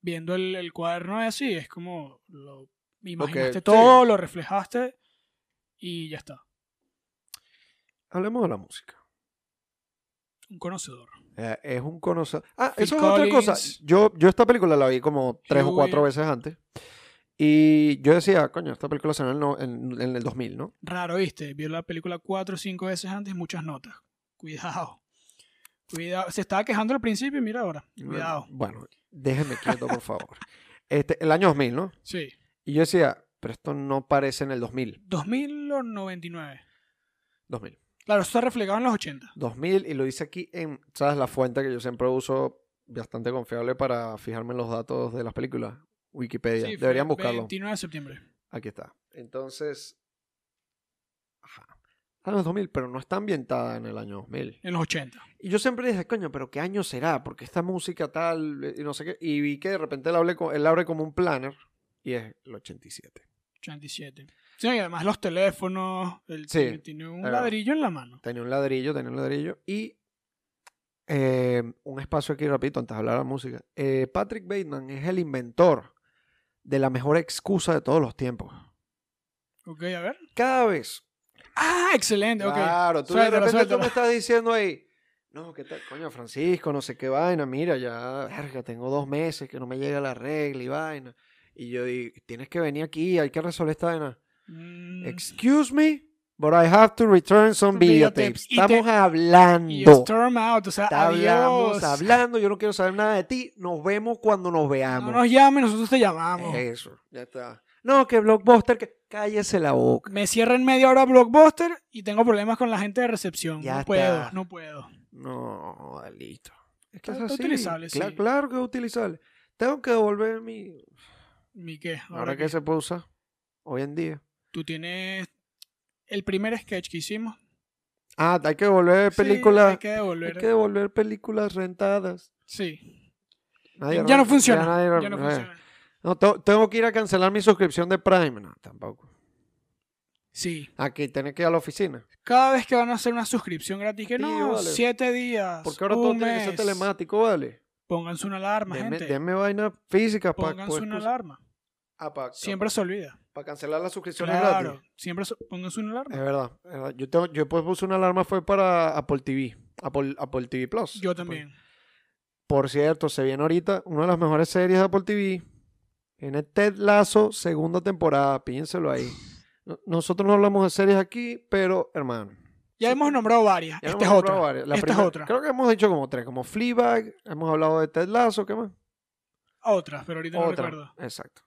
[SPEAKER 2] viendo el, el cuaderno así. Es como lo imaginaste
[SPEAKER 1] sí.
[SPEAKER 2] todo, lo reflejaste y ya está.
[SPEAKER 1] Hablemos de la música.
[SPEAKER 2] Un conocedor.
[SPEAKER 1] Eh, es un conocedor. Ah,
[SPEAKER 2] Phil
[SPEAKER 1] eso es otra cosa.
[SPEAKER 2] Collins.
[SPEAKER 1] Yo, yo esta película la vi como tres o
[SPEAKER 2] Huey.
[SPEAKER 1] cuatro veces antes. Y yo decía, coño, esta película salió en, el no- en- en el 2000, ¿no?
[SPEAKER 2] Raro, ¿viste? Vio la película cuatro o cinco veces antes, muchas notas. Cuidado. Cuidado. Se estaba quejando al principio y mira ahora. Cuidado.
[SPEAKER 1] Bueno, déjeme quieto, por favor. Este, el año 2000, ¿no?
[SPEAKER 2] Sí.
[SPEAKER 1] Y yo decía, pero esto no parece en el 2000.
[SPEAKER 2] 2099.
[SPEAKER 1] 2000.
[SPEAKER 2] Claro, eso está reflejado en los 80.
[SPEAKER 1] 2000, y lo dice aquí en, ¿sabes? La fuente que yo siempre uso, bastante confiable para fijarme en los datos de las películas. Wikipedia.
[SPEAKER 2] Sí, fue
[SPEAKER 1] Deberían
[SPEAKER 2] el
[SPEAKER 1] buscarlo.
[SPEAKER 2] 29 de septiembre.
[SPEAKER 1] Aquí está. Entonces. Ajá. Está en los 2000, pero no está ambientada en el año 2000.
[SPEAKER 2] En los 80.
[SPEAKER 1] Y yo siempre dije, coño, pero ¿qué año será? Porque esta música tal, eh, y no sé qué. Y vi que de repente él, hable co- él abre como un planner y es el 87.
[SPEAKER 2] 87. Sí, y además los teléfonos. El
[SPEAKER 1] Sí,
[SPEAKER 2] tiene- tiene un
[SPEAKER 1] claro.
[SPEAKER 2] ladrillo en la mano.
[SPEAKER 1] Tenía un ladrillo, tenía un ladrillo y eh, un espacio aquí rapidito antes de hablar de la música. Eh, Patrick Bateman es el inventor de la mejor excusa de todos los tiempos.
[SPEAKER 2] Ok, a ver.
[SPEAKER 1] Cada vez
[SPEAKER 2] Ah, excelente. Ok.
[SPEAKER 1] Claro, tú de
[SPEAKER 2] Suéltala,
[SPEAKER 1] repente tú
[SPEAKER 2] suéltala.
[SPEAKER 1] me estás diciendo ahí, no, ¿qué tal? Coño, Francisco, no sé qué vaina, mira, ya, verga, tengo dos meses que no me llega la regla y vaina. Y yo digo, tienes que venir aquí, hay que resolver esta vaina.
[SPEAKER 2] Mm,
[SPEAKER 1] Excuse me, but I have to return some videotapes.
[SPEAKER 2] Videotapes. Y te-
[SPEAKER 1] Estamos
[SPEAKER 2] y
[SPEAKER 1] hablando.
[SPEAKER 2] storm out. O sea,
[SPEAKER 1] Estamos
[SPEAKER 2] adiós.
[SPEAKER 1] hablando, yo no quiero saber nada de ti. Nos vemos cuando nos
[SPEAKER 2] No
[SPEAKER 1] veamos.
[SPEAKER 2] nos llamen, nosotros te llamamos.
[SPEAKER 1] Eso, ya está. No, que Blockbuster, que cállese la boca.
[SPEAKER 2] Me cierran media hora Blockbuster y tengo problemas con la gente de recepción.
[SPEAKER 1] Ya
[SPEAKER 2] no
[SPEAKER 1] está.
[SPEAKER 2] puedo, no puedo.
[SPEAKER 1] No, listo. Es que
[SPEAKER 2] Está-
[SPEAKER 1] es
[SPEAKER 2] está
[SPEAKER 1] así.
[SPEAKER 2] utilizable,
[SPEAKER 1] Cla-
[SPEAKER 2] sí.
[SPEAKER 1] Claro que es utilizable. Tengo que devolver mi...
[SPEAKER 2] ¿Mi qué?
[SPEAKER 1] Ahora,
[SPEAKER 2] Ahora
[SPEAKER 1] que,
[SPEAKER 2] qué.
[SPEAKER 1] se puede usar hoy en día.
[SPEAKER 2] Tú tienes el primer sketch que hicimos.
[SPEAKER 1] Ah, hay que devolver
[SPEAKER 2] Sí,
[SPEAKER 1] películas...
[SPEAKER 2] hay que
[SPEAKER 1] hay,
[SPEAKER 2] devolver.
[SPEAKER 1] que devolver películas rentadas.
[SPEAKER 2] Sí.
[SPEAKER 1] Nadie
[SPEAKER 2] ya no
[SPEAKER 1] renta-
[SPEAKER 2] funciona.
[SPEAKER 1] nadie
[SPEAKER 2] ya no
[SPEAKER 1] renta-
[SPEAKER 2] funciona.
[SPEAKER 1] No, te- tengo que ir a cancelar mi suscripción de Prime. No, tampoco.
[SPEAKER 2] Sí.
[SPEAKER 1] Aquí tienes que ir a la oficina.
[SPEAKER 2] Cada vez que van a hacer una suscripción gratis, que
[SPEAKER 1] Tío,
[SPEAKER 2] no,
[SPEAKER 1] vale.
[SPEAKER 2] siete días.
[SPEAKER 1] Porque ahora todo
[SPEAKER 2] un
[SPEAKER 1] tiene que ser
[SPEAKER 2] mes.
[SPEAKER 1] telemático, ¿vale?
[SPEAKER 2] Pónganse una alarma,
[SPEAKER 1] Denme,
[SPEAKER 2] gente.
[SPEAKER 1] denme vainas físicas para
[SPEAKER 2] Pónganse
[SPEAKER 1] pues,
[SPEAKER 2] una alarma. Siempre se olvida.
[SPEAKER 1] ah, cancelar las suscripciones
[SPEAKER 2] Claro.
[SPEAKER 1] gratis.
[SPEAKER 2] Siempre se- pónganse una alarma.
[SPEAKER 1] Es verdad, es verdad. Yo, tengo, yo después puse una alarma, fue para Apple TV. Apple, Apple TV Plus.
[SPEAKER 2] Yo
[SPEAKER 1] Apple-
[SPEAKER 2] también.
[SPEAKER 1] Por cierto, se viene ahorita una de las mejores series de Apple TV. Viene Ted Lazo, segunda temporada. Piénselo ahí. No- Nosotros no hablamos de series aquí, pero hermano.
[SPEAKER 2] Ya hemos nombrado varias.
[SPEAKER 1] ya hemos
[SPEAKER 2] Esta es
[SPEAKER 1] hablado
[SPEAKER 2] otra.
[SPEAKER 1] varias. La
[SPEAKER 2] Esta es
[SPEAKER 1] primera-
[SPEAKER 2] otra.
[SPEAKER 1] Creo que hemos dicho como tres, como Fleabag, hemos hablado de Ted Lazo, ¿qué más?
[SPEAKER 2] Otra, pero ahorita no recuerdo.
[SPEAKER 1] Exacto.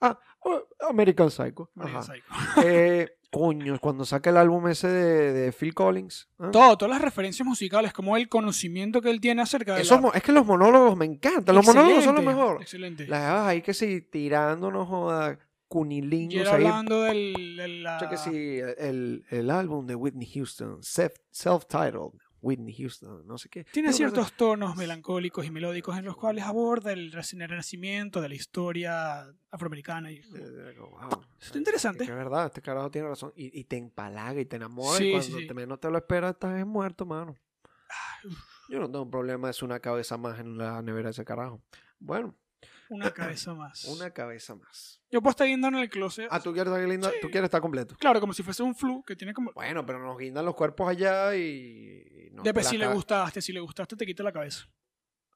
[SPEAKER 1] Ah, o- American Psycho.
[SPEAKER 2] María
[SPEAKER 1] Ajá.
[SPEAKER 2] Psycho.
[SPEAKER 1] Eh, coño, cuando saca el álbum ese de, de Phil Collins. ¿ah?
[SPEAKER 2] Todo, todas las referencias musicales, como el conocimiento que él tiene acerca de
[SPEAKER 1] Esos
[SPEAKER 2] la-
[SPEAKER 1] mo- es que los monólogos me encantan. Los monólogos son lo
[SPEAKER 2] Excelente,
[SPEAKER 1] mejor.
[SPEAKER 2] Excelente.
[SPEAKER 1] Las jevas ahí que si tirándonos joda
[SPEAKER 2] Y
[SPEAKER 1] cunilingos
[SPEAKER 2] era
[SPEAKER 1] ahí.
[SPEAKER 2] hablando del, de la-
[SPEAKER 1] Che, que si el, el álbum de Whitney Houston, self- self-titled, Whitney Houston, no sé qué.
[SPEAKER 2] Tiene
[SPEAKER 1] Pero,
[SPEAKER 2] ciertos tonos melancólicos y melódicos en los cuales aborda el reci- renacimiento de la historia afroamericana. y-
[SPEAKER 1] eh, eh, wow.
[SPEAKER 2] Está interesante.
[SPEAKER 1] Es que es verdad, este carajo tiene razón. Y, y te empalaga y te enamora.
[SPEAKER 2] Sí,
[SPEAKER 1] y
[SPEAKER 2] sí,
[SPEAKER 1] cuando
[SPEAKER 2] sí.
[SPEAKER 1] te- menos te lo esperas, estás muerto, mano. Yo no tengo problema, es una cabeza más en la nevera de ese carajo. Bueno,
[SPEAKER 2] Una cabeza más.
[SPEAKER 1] una cabeza más.
[SPEAKER 2] Yo puedo estar guindando en el closet.
[SPEAKER 1] Ah, tú quieres, estar linda?
[SPEAKER 2] Sí.
[SPEAKER 1] tú quieres estar completo.
[SPEAKER 2] Claro, como si fuese un flu que tiene como.
[SPEAKER 1] Bueno, pero nos guindan los cuerpos allá y. no,
[SPEAKER 2] Depende
[SPEAKER 1] las
[SPEAKER 2] si le
[SPEAKER 1] ca-
[SPEAKER 2] gustaste, si le gustaste, te quita la cabeza.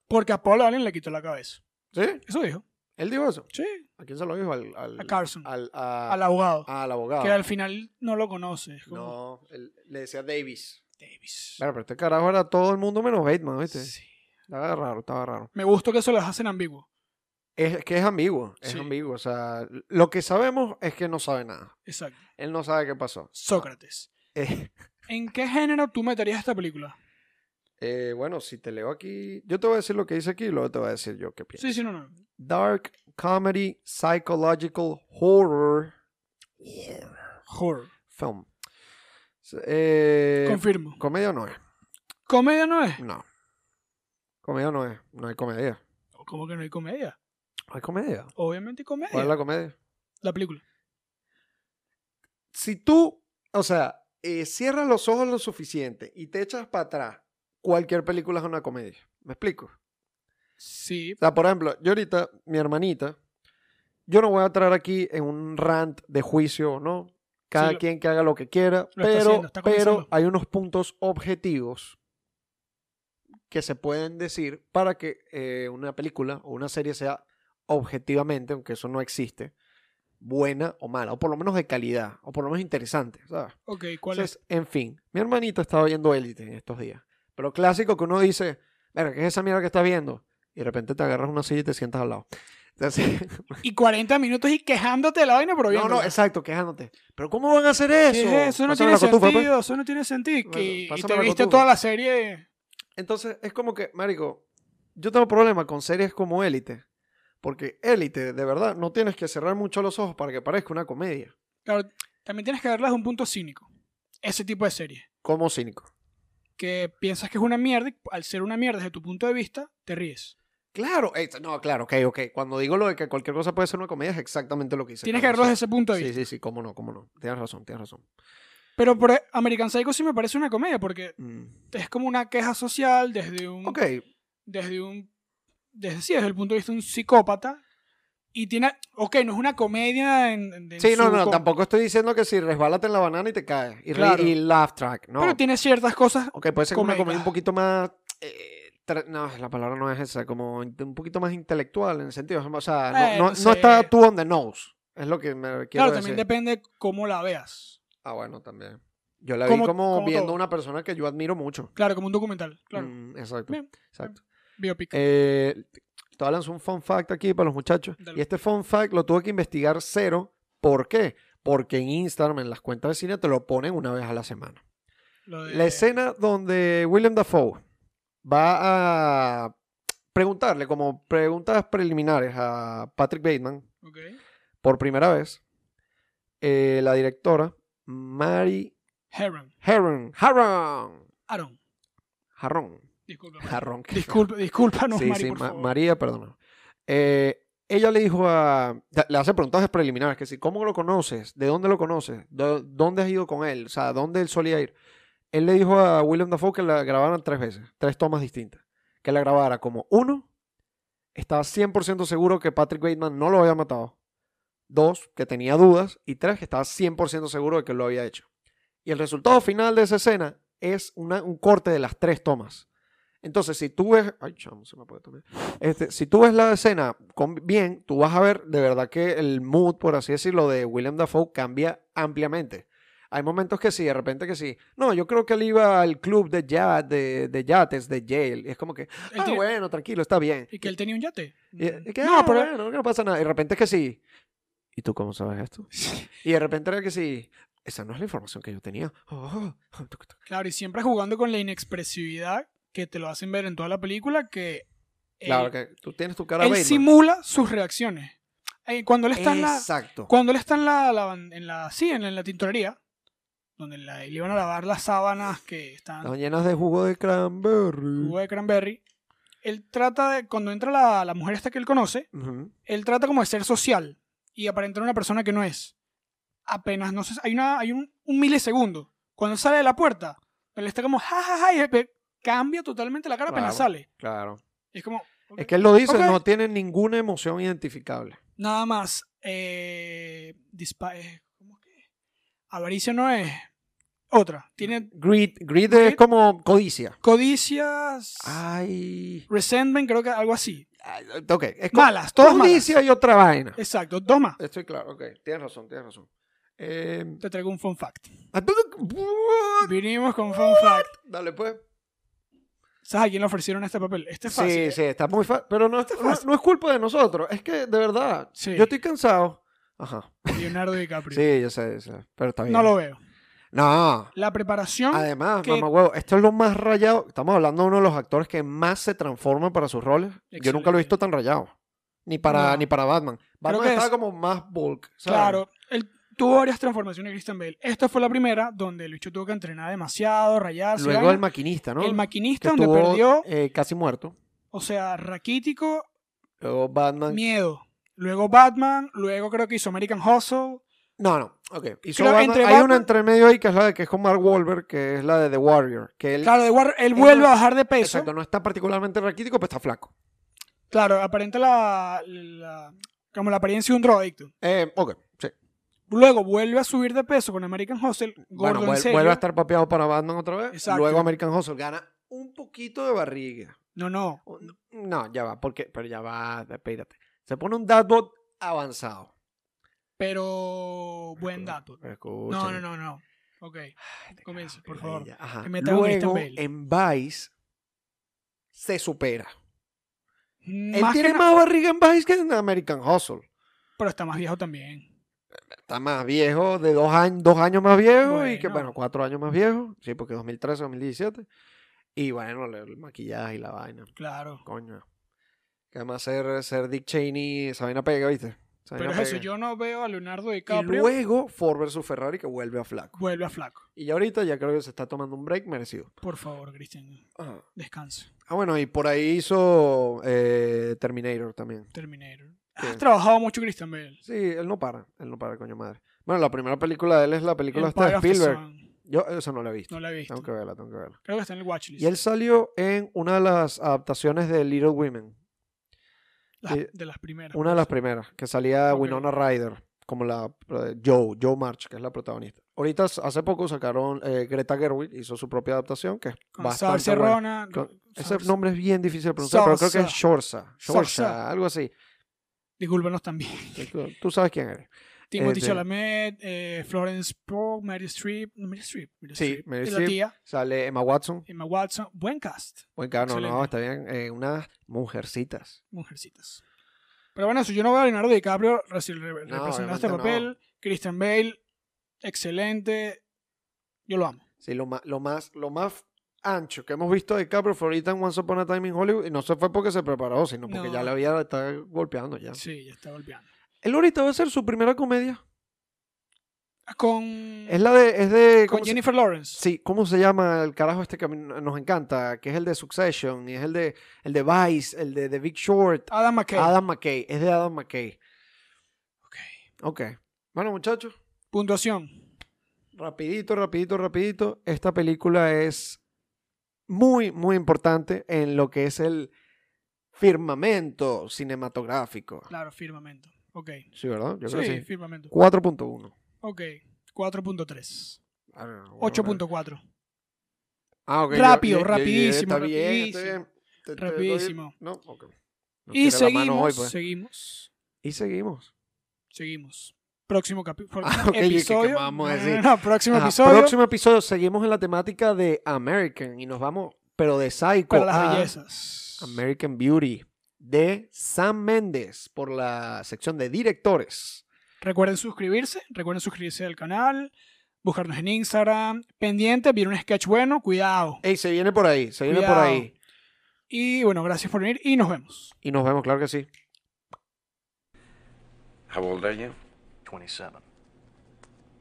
[SPEAKER 2] Porque a Paul Allen le quitó la cabeza.
[SPEAKER 1] ¿Sí?
[SPEAKER 2] Eso dijo.
[SPEAKER 1] ¿Él dijo eso?
[SPEAKER 2] Sí,
[SPEAKER 1] ¿A quién se lo dijo? Al, al,
[SPEAKER 2] a Carson,
[SPEAKER 1] al, a- ah,
[SPEAKER 2] al abogado.
[SPEAKER 1] al abogado.
[SPEAKER 2] Que al final no lo conoce. Es como
[SPEAKER 1] No, él- le decía Davis.
[SPEAKER 2] Davis.
[SPEAKER 1] Claro, pero este carajo era todo el mundo menos Bateman, ¿viste?
[SPEAKER 2] Sí.
[SPEAKER 1] Estaba raro, estaba raro.
[SPEAKER 2] Me gustó que eso lo hacen ambiguo.
[SPEAKER 1] Es que es ambiguo, es
[SPEAKER 2] Sí.
[SPEAKER 1] ambiguo. O sea, lo que sabemos es que no sabe nada.
[SPEAKER 2] Exacto.
[SPEAKER 1] Él no sabe qué pasó.
[SPEAKER 2] Sócrates.
[SPEAKER 1] Eh,
[SPEAKER 2] ¿En qué género tú meterías esta película?
[SPEAKER 1] eh, bueno, si te leo aquí, yo te voy a decir lo que dice aquí y luego te voy a decir yo qué pienso.
[SPEAKER 2] Sí, sí, no, no.
[SPEAKER 1] Dark comedy, psychological horror
[SPEAKER 2] Horror.
[SPEAKER 1] film. S- eh,
[SPEAKER 2] Confirmo.
[SPEAKER 1] comedia no es.
[SPEAKER 2] ¿Comedia no es?
[SPEAKER 1] No. Comedia no es. No hay comedia.
[SPEAKER 2] ¿Cómo que no hay comedia?
[SPEAKER 1] No hay comedia.
[SPEAKER 2] Obviamente hay comedia.
[SPEAKER 1] ¿Cuál es
[SPEAKER 2] La...
[SPEAKER 1] la comedia?
[SPEAKER 2] película.
[SPEAKER 1] Si tú, o sea, eh, cierras los ojos lo suficiente y te echas para atrás, cualquier película es una comedia. ¿Me explico?
[SPEAKER 2] Sí.
[SPEAKER 1] O sea, por ejemplo, yo ahorita, mi hermanita, yo no voy a entrar aquí en un rant de juicio, ¿no? Cada
[SPEAKER 2] Sí, lo-
[SPEAKER 1] quien que haga lo que quiera,
[SPEAKER 2] Lo está
[SPEAKER 1] pero,
[SPEAKER 2] haciendo, está
[SPEAKER 1] pero
[SPEAKER 2] comenzando.
[SPEAKER 1] hay unos puntos objetivos que se pueden decir para que eh, una película o una serie sea objetivamente, aunque eso no existe, buena o mala, o por lo menos de calidad, o por lo menos interesante, ¿sabes?
[SPEAKER 2] Ok, ¿cuál es?
[SPEAKER 1] Entonces, En fin, mi hermanita estaba viendo Élite en estos días. Pero clásico que uno dice, verga, ¿qué es esa mierda que estás viendo? Y de repente te agarras una silla y te sientas al lado. Entonces,
[SPEAKER 2] Y 40 minutos y quejándote de la vaina, pero bien.
[SPEAKER 1] no, no, exacto, quejándote. Pero ¿cómo van a hacer eso?
[SPEAKER 2] ¿Qué es eso? Eso no
[SPEAKER 1] Pásame
[SPEAKER 2] tiene
[SPEAKER 1] la cotufa, pues.
[SPEAKER 2] sentido, eso no tiene
[SPEAKER 1] Bueno,
[SPEAKER 2] sentido. que- y
[SPEAKER 1] pásame
[SPEAKER 2] te
[SPEAKER 1] la
[SPEAKER 2] viste
[SPEAKER 1] cotufa.
[SPEAKER 2] toda la serie.
[SPEAKER 1] Entonces, es como que, marico, yo tengo problema con series como Élite. Porque Élite, de verdad, no tienes que cerrar mucho los ojos para que parezca una comedia.
[SPEAKER 2] Claro, también tienes que verla desde un punto cínico. Ese tipo de serie.
[SPEAKER 1] Como cínico.
[SPEAKER 2] Que piensas que es una mierda y al ser una mierda desde tu punto de vista, te ríes.
[SPEAKER 1] Claro, eh, no, claro, ok, ok. Cuando digo lo de que cualquier cosa puede ser una comedia, es exactamente lo que hice.
[SPEAKER 2] tienes que verlo desde ese punto de
[SPEAKER 1] Sí,
[SPEAKER 2] vista.
[SPEAKER 1] sí, sí, cómo no, cómo no. Tienes razón, tienes razón.
[SPEAKER 2] Pero por- e, American Psycho sí me parece una comedia porque
[SPEAKER 1] Mm.
[SPEAKER 2] es como una queja social desde un
[SPEAKER 1] Ok,
[SPEAKER 2] desde un desde sí, desde el punto de vista de un psicópata y tiene ok, no es una comedia en, en- en
[SPEAKER 1] sí, no,
[SPEAKER 2] su
[SPEAKER 1] no,
[SPEAKER 2] co-
[SPEAKER 1] tampoco estoy diciendo que si resbalate en la banana y te caes. Y, ri-
[SPEAKER 2] Claro.
[SPEAKER 1] y laugh track, no.
[SPEAKER 2] pero tiene ciertas cosas
[SPEAKER 1] ok, puede ser como una
[SPEAKER 2] comedia.
[SPEAKER 1] comedia un poquito más... eh, tra- no, la palabra no es esa, como in- un poquito más intelectual en el sentido, o sea, no,
[SPEAKER 2] Eh,
[SPEAKER 1] no-
[SPEAKER 2] no
[SPEAKER 1] no
[SPEAKER 2] sé.
[SPEAKER 1] está tú on the nose, es lo que me quiero
[SPEAKER 2] claro,
[SPEAKER 1] decir.
[SPEAKER 2] también depende cómo la veas.
[SPEAKER 1] Ah, bueno, también. Yo la vi
[SPEAKER 2] Como-
[SPEAKER 1] como,
[SPEAKER 2] como
[SPEAKER 1] viendo
[SPEAKER 2] todo.
[SPEAKER 1] a una persona que yo admiro mucho.
[SPEAKER 2] Claro, como un documental, claro,
[SPEAKER 1] Mm, exacto,
[SPEAKER 2] Bien,
[SPEAKER 1] exacto.
[SPEAKER 2] biopic.
[SPEAKER 1] Eh, te voy a lanzar un fun fact aquí para los muchachos.
[SPEAKER 2] Dale.
[SPEAKER 1] Y este fun fact lo tuve que investigar cero. ¿Por qué? Porque en Instagram, en las cuentas de cine, te lo ponen una vez a la semana.
[SPEAKER 2] lo de-
[SPEAKER 1] La escena donde William Dafoe va a preguntarle, como preguntas preliminares a Patrick Bateman,
[SPEAKER 2] ok.
[SPEAKER 1] por primera vez, eh, la directora, Mary
[SPEAKER 2] Heron,
[SPEAKER 1] Harron, Harron,
[SPEAKER 2] Aaron,
[SPEAKER 1] Harron,
[SPEAKER 2] disculpa. Mari.
[SPEAKER 1] Harron.
[SPEAKER 2] Disculpa, discúlpanos,
[SPEAKER 1] Ah, sí,
[SPEAKER 2] Mari,
[SPEAKER 1] sí,
[SPEAKER 2] por
[SPEAKER 1] Ma-
[SPEAKER 2] favor.
[SPEAKER 1] María, perdona. Eh, ella le dijo a. Le hace preguntas preliminares, que si, ¿cómo lo conoces? ¿De dónde lo conoces? ¿De ¿Dónde has ido con él? O sea, ¿dónde él solía ir? Él le dijo a William Dafoe que la grabaran tres veces, tres tomas distintas. Que la grabara como uno, estaba 100% seguro que Patrick Bateman no lo había matado. Dos, que tenía dudas. Y tres, que estaba 100% seguro de que lo había hecho. Y el resultado final de esa escena es una, un corte de las tres tomas. Entonces, si tú ves. Ay, chamo, se me puede tomar. Este, si tú ves la escena con, bien, tú vas a ver de verdad que el mood, por así decirlo, de William Dafoe cambia ampliamente. Hay momentos que sí, de repente que sí. No, yo creo que él iba al club de, ya, de, de yates de Yale. Y es como que, ah,
[SPEAKER 2] tiene-
[SPEAKER 1] bueno, tranquilo, está bien.
[SPEAKER 2] Y que él tenía un yate. Mm.
[SPEAKER 1] Y- y que,
[SPEAKER 2] No,
[SPEAKER 1] "Ah,
[SPEAKER 2] pero-
[SPEAKER 1] bueno, que no pasa nada. Y de repente es que sí. ¿Y tú cómo sabes esto? Y de repente era que sí. Esa no es la información que yo tenía. Oh, oh, tuc, tuc.
[SPEAKER 2] Claro, y siempre jugando con la inexpresividad que te lo hacen ver en toda la película, que eh, él,
[SPEAKER 1] Claro, que tú tienes tu cara
[SPEAKER 2] él
[SPEAKER 1] Bateman.
[SPEAKER 2] simula sus reacciones. Eh, cuando él está en la,
[SPEAKER 1] Exacto.
[SPEAKER 2] cuando él está en la, la ban- en la sí, en, la- en la tintorería, donde la- le iban a lavar las sábanas que están
[SPEAKER 1] Estaban llenas de jugo de cranberry.
[SPEAKER 2] jugo de cranberry, él trata de, cuando entra la, la mujer esta que él conoce,
[SPEAKER 1] Ujú.
[SPEAKER 2] él trata como de ser social y aparentar una persona que no es. Apenas, no sé, hay, una, hay un, un milisegundo. Cuando él sale de la puerta, él está como, ja, ja, ja", y él cambia totalmente la cara apenas
[SPEAKER 1] Claro.
[SPEAKER 2] sale.
[SPEAKER 1] Claro.
[SPEAKER 2] Es como,
[SPEAKER 1] Es que él lo dice,
[SPEAKER 2] Ok.
[SPEAKER 1] no tiene ninguna emoción identificable.
[SPEAKER 2] nada más, eh, dispa- eh, ¿cómo que? Avaricia no es otra. Tiene
[SPEAKER 1] Greed, greed
[SPEAKER 2] Greed.
[SPEAKER 1] es como codicia.
[SPEAKER 2] codicias,
[SPEAKER 1] Ah. Ay.
[SPEAKER 2] resentment, creo que algo así.
[SPEAKER 1] ay, Ok. Es co-
[SPEAKER 2] Malas, todas malas.
[SPEAKER 1] codicia y otra vaina.
[SPEAKER 2] Exacto, dos más.
[SPEAKER 1] Estoy claro, ok. Tienes razón, tienes razón. Eh,
[SPEAKER 2] Te traigo un fun fact.
[SPEAKER 1] ah, tú- tú-
[SPEAKER 2] Vinimos con fun fact.
[SPEAKER 1] Dale, pues.
[SPEAKER 2] ¿Sabes a quién le ofrecieron este papel? Este es fácil.
[SPEAKER 1] Sí,
[SPEAKER 2] ¿eh?
[SPEAKER 1] sí, está muy fácil. Pero no, no-
[SPEAKER 2] fácil.
[SPEAKER 1] no es culpa de nosotros. Es que, de verdad,
[SPEAKER 2] Sí.
[SPEAKER 1] yo estoy cansado. Ajá.
[SPEAKER 2] eh, Leonardo DiCaprio.
[SPEAKER 1] Sí, yo sé, yo sé. Pero está bien. Ah,
[SPEAKER 2] No lo veo.
[SPEAKER 1] No.
[SPEAKER 2] La preparación,
[SPEAKER 1] Además,
[SPEAKER 2] que-
[SPEAKER 1] mamá huevo, esto es lo más rayado. Estamos hablando de uno de los actores que más se transforma para sus roles. Yo nunca lo he
[SPEAKER 2] Excelente.
[SPEAKER 1] visto tan rayado. Ni para,
[SPEAKER 2] No.
[SPEAKER 1] ni para Batman. Batman
[SPEAKER 2] que
[SPEAKER 1] estaba
[SPEAKER 2] es-
[SPEAKER 1] como más bulk. ¿sabes?
[SPEAKER 2] claro, él tuvo varias transformaciones Christian Bale. Esta fue la primera donde el bicho tuvo que entrenar demasiado, rayarse.
[SPEAKER 1] Luego
[SPEAKER 2] vaina.
[SPEAKER 1] el maquinista, ¿no?
[SPEAKER 2] El maquinista
[SPEAKER 1] que
[SPEAKER 2] donde
[SPEAKER 1] estuvo,
[SPEAKER 2] perdió,
[SPEAKER 1] eh, casi muerto.
[SPEAKER 2] o sea, raquítico,
[SPEAKER 1] Luego Batman.
[SPEAKER 2] miedo. Luego Batman, luego creo que hizo American Hustle.
[SPEAKER 1] No, no. Ok. Hizo
[SPEAKER 2] Creo que
[SPEAKER 1] Batman-
[SPEAKER 2] entre
[SPEAKER 1] Hay una
[SPEAKER 2] Batman-
[SPEAKER 1] entre medio ahí que es la de que es con Mark Wahlberg, que es la de The Warrior. Que él,
[SPEAKER 2] Claro, de Warrior- él
[SPEAKER 1] no
[SPEAKER 2] vuelve a
[SPEAKER 1] es-
[SPEAKER 2] bajar de peso.
[SPEAKER 1] exacto, no está particularmente raquítico, pero está flaco.
[SPEAKER 2] Claro, aparenta la, la- como la apariencia de un drogadicto.
[SPEAKER 1] Eh, ok, sí.
[SPEAKER 2] Luego vuelve a subir de peso con American Hustle, gordo
[SPEAKER 1] Bueno,
[SPEAKER 2] en
[SPEAKER 1] vuel-
[SPEAKER 2] serio.
[SPEAKER 1] vuelve a estar papeado para Batman otra vez.
[SPEAKER 2] Exacto.
[SPEAKER 1] Luego American Hustle gana un poquito de barriga.
[SPEAKER 2] No, no.
[SPEAKER 1] Un- No, ya va, porque, pero ya va, espérate. Se pone un dadbot avanzado.
[SPEAKER 2] Pero buen dato. No, no, no, no. Ok. Comienza, por favor.
[SPEAKER 1] Ajá.
[SPEAKER 2] Que meta a Christian
[SPEAKER 1] Luego,
[SPEAKER 2] Bale.
[SPEAKER 1] en Vice, se supera. Él
[SPEAKER 2] Más que
[SPEAKER 1] tiene
[SPEAKER 2] na-
[SPEAKER 1] más barriga en Vice que en American Hustle.
[SPEAKER 2] Pero está más viejo también.
[SPEAKER 1] Está más viejo, de dos años, dos años más viejo y que,
[SPEAKER 2] Bueno.
[SPEAKER 1] bueno, cuatro años más viejo. Sí, porque 2013, 2017. Y bueno, el el maquillaje y la vaina.
[SPEAKER 2] Claro.
[SPEAKER 1] Coño. Que además ser, ser Dick Cheney, esa vaina pega, ¿viste? Esa
[SPEAKER 2] Pero
[SPEAKER 1] vaina
[SPEAKER 2] es eso,
[SPEAKER 1] pega.
[SPEAKER 2] yo no veo a Leonardo
[SPEAKER 1] Y
[SPEAKER 2] DiCaprio.
[SPEAKER 1] luego Ford versus Ferrari que vuelve a flaco.
[SPEAKER 2] Vuelve a flaco.
[SPEAKER 1] Y ya ahorita ya creo que se está tomando un break merecido.
[SPEAKER 2] Por favor, Cristian,
[SPEAKER 1] Ah,
[SPEAKER 2] descansa.
[SPEAKER 1] bueno, y por ahí hizo eh, Terminator también.
[SPEAKER 2] Terminator.
[SPEAKER 1] Sí.
[SPEAKER 2] Has trabajado mucho, Christian Bale.
[SPEAKER 1] Sí, él no para, él no para, coño madre. Bueno, la primera película de él es la película esta de
[SPEAKER 2] Empire of the
[SPEAKER 1] Spielberg.
[SPEAKER 2] Sun.
[SPEAKER 1] Yo eso no la he visto.
[SPEAKER 2] No la he visto.
[SPEAKER 1] Tengo que verla, tengo que verla.
[SPEAKER 2] Creo que está en el watchlist.
[SPEAKER 1] Y él salió en una de las adaptaciones de Little Women.
[SPEAKER 2] Las-
[SPEAKER 1] eh,
[SPEAKER 2] de las primeras.
[SPEAKER 1] Una de las primeras, que salía
[SPEAKER 2] Ok.
[SPEAKER 1] Winona Ryder, como la eh, Joe, Joe March, que es la protagonista. Ahorita s- hace poco sacaron eh, Greta Gerwig, hizo su propia adaptación, que es
[SPEAKER 2] Con
[SPEAKER 1] bastante
[SPEAKER 2] Saoirse
[SPEAKER 1] buena.
[SPEAKER 2] Ronan.
[SPEAKER 1] Con- Ese
[SPEAKER 2] Saoirse-
[SPEAKER 1] nombre es bien difícil de pronunciar, pero creo que es Shorsa, Shorsa,
[SPEAKER 2] Shorza.
[SPEAKER 1] algo así.
[SPEAKER 2] Discúlpenos también.
[SPEAKER 1] Tú, tú sabes quién eres.
[SPEAKER 2] Timothy
[SPEAKER 1] de-
[SPEAKER 2] Chalamet, eh, Florence Pugh, Mary Streep. No, Mary Streep. Meryl
[SPEAKER 1] Sí,
[SPEAKER 2] Streep.
[SPEAKER 1] Meryl
[SPEAKER 2] Y La
[SPEAKER 1] Streep.
[SPEAKER 2] tía,
[SPEAKER 1] Sale Emma Watson.
[SPEAKER 2] Emma Watson. Buen cast.
[SPEAKER 1] Buen caro, no,
[SPEAKER 2] Excelente.
[SPEAKER 1] no, está bien. eh, unas mujercitas.
[SPEAKER 2] mujercitas. Pero bueno, eso yo no veo a Leonardo DiCaprio reci- re-
[SPEAKER 1] No,
[SPEAKER 2] representando este
[SPEAKER 1] obviamente no.
[SPEAKER 2] papel. Christian Bale, excelente. Yo lo amo.
[SPEAKER 1] Sí, lo más, lo más, lo más ancho que hemos visto de Capro fue ahorita en Once Upon a Time in Hollywood. Y no se fue porque se preparó, sino porque
[SPEAKER 2] No.
[SPEAKER 1] ya la vida la está golpeando ya.
[SPEAKER 2] Sí, ya está golpeando.
[SPEAKER 1] Él ahorita va a hacer su primera comedia.
[SPEAKER 2] Ah, Con,
[SPEAKER 1] Es la de. Es de
[SPEAKER 2] Mm. con
[SPEAKER 1] eh, ¿cómo se-
[SPEAKER 2] Jennifer Lawrence.
[SPEAKER 1] Sí, ¿cómo se llama el carajo este que a mí nos encanta? Que es el de Succession, y es el de, el de Vice, el de The Big Short.
[SPEAKER 2] Adam McKay.
[SPEAKER 1] Adam McKay, es de Adam McKay.
[SPEAKER 2] Ok.
[SPEAKER 1] Ok. Bueno, muchachos,
[SPEAKER 2] Puntuación.
[SPEAKER 1] rapidito, rapidito, rapidito. Esta película es muy, muy importante en lo que es el firmamento cinematográfico.
[SPEAKER 2] Claro, firmamento. Ok.
[SPEAKER 1] Sí, ¿verdad? Yo creo
[SPEAKER 2] sí,
[SPEAKER 1] que sí.
[SPEAKER 2] firmamento.
[SPEAKER 1] 4.1.
[SPEAKER 2] Ok. 4.3.
[SPEAKER 1] Ah, bueno,
[SPEAKER 2] 8.4.
[SPEAKER 1] Ah, ok,
[SPEAKER 2] Rápido,
[SPEAKER 1] yo- yo- yo-
[SPEAKER 2] rapidísimo,
[SPEAKER 1] está bien, está
[SPEAKER 2] rapidísimo,
[SPEAKER 1] bien. Te- te doy-
[SPEAKER 2] rapidísimo.
[SPEAKER 1] No, ok. No
[SPEAKER 2] Y
[SPEAKER 1] tiré la mano
[SPEAKER 2] seguimos,
[SPEAKER 1] hoy, pues.
[SPEAKER 2] seguimos,
[SPEAKER 1] Y seguimos.
[SPEAKER 2] seguimos. Próximo capítulo.
[SPEAKER 1] Ah, ok, ¿y qué- qué
[SPEAKER 2] episodio.
[SPEAKER 1] vamos a
[SPEAKER 2] No, no,
[SPEAKER 1] decir?
[SPEAKER 2] no, próximo
[SPEAKER 1] Ajá,
[SPEAKER 2] episodio
[SPEAKER 1] Ah, Próximo episodio seguimos en la temática de American y nos vamos, pero de Psycho
[SPEAKER 2] para las
[SPEAKER 1] a
[SPEAKER 2] bellezas.
[SPEAKER 1] American Beauty de Sam Méndez por la sección de directores.
[SPEAKER 2] Recuerden suscribirse, recuerden suscribirse al canal, buscarnos en Instagram. Pendiente, viene un sketch bueno, cuidado.
[SPEAKER 1] Ey, se viene por ahí, se viene por
[SPEAKER 2] Cuidado.
[SPEAKER 1] ahí.
[SPEAKER 2] Y bueno, gracias por venir y nos vemos.
[SPEAKER 1] Y nos vemos, claro que sí.
[SPEAKER 3] How old are you?
[SPEAKER 4] 27.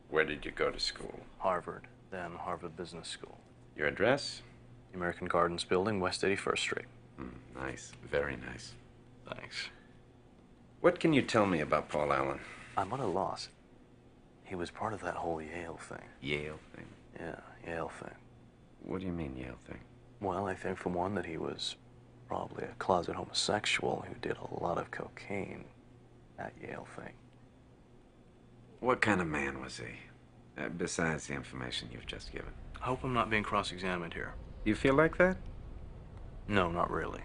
[SPEAKER 3] Where did you go to school?
[SPEAKER 4] Harvard, then Harvard Business School.
[SPEAKER 3] Your address? Hmm,
[SPEAKER 4] The American Gardens Building, West 81st Street.
[SPEAKER 3] Nice, very nice.
[SPEAKER 4] Thanks.
[SPEAKER 3] What can you tell me about Paul Allen?
[SPEAKER 4] I'm at a loss. He was part of that whole Yale thing.
[SPEAKER 3] Yale thing.
[SPEAKER 4] Yeah, Yale thing.
[SPEAKER 3] What do you mean, Yale thing?
[SPEAKER 4] Well, I think for one that he was probably a closet homosexual who did a lot of cocaine. That Yale thing.
[SPEAKER 3] What kind of man was he? Uh, besides the information you've just given.
[SPEAKER 4] I hope I'm not being cross examined here.
[SPEAKER 3] You feel like that?
[SPEAKER 4] No, not really.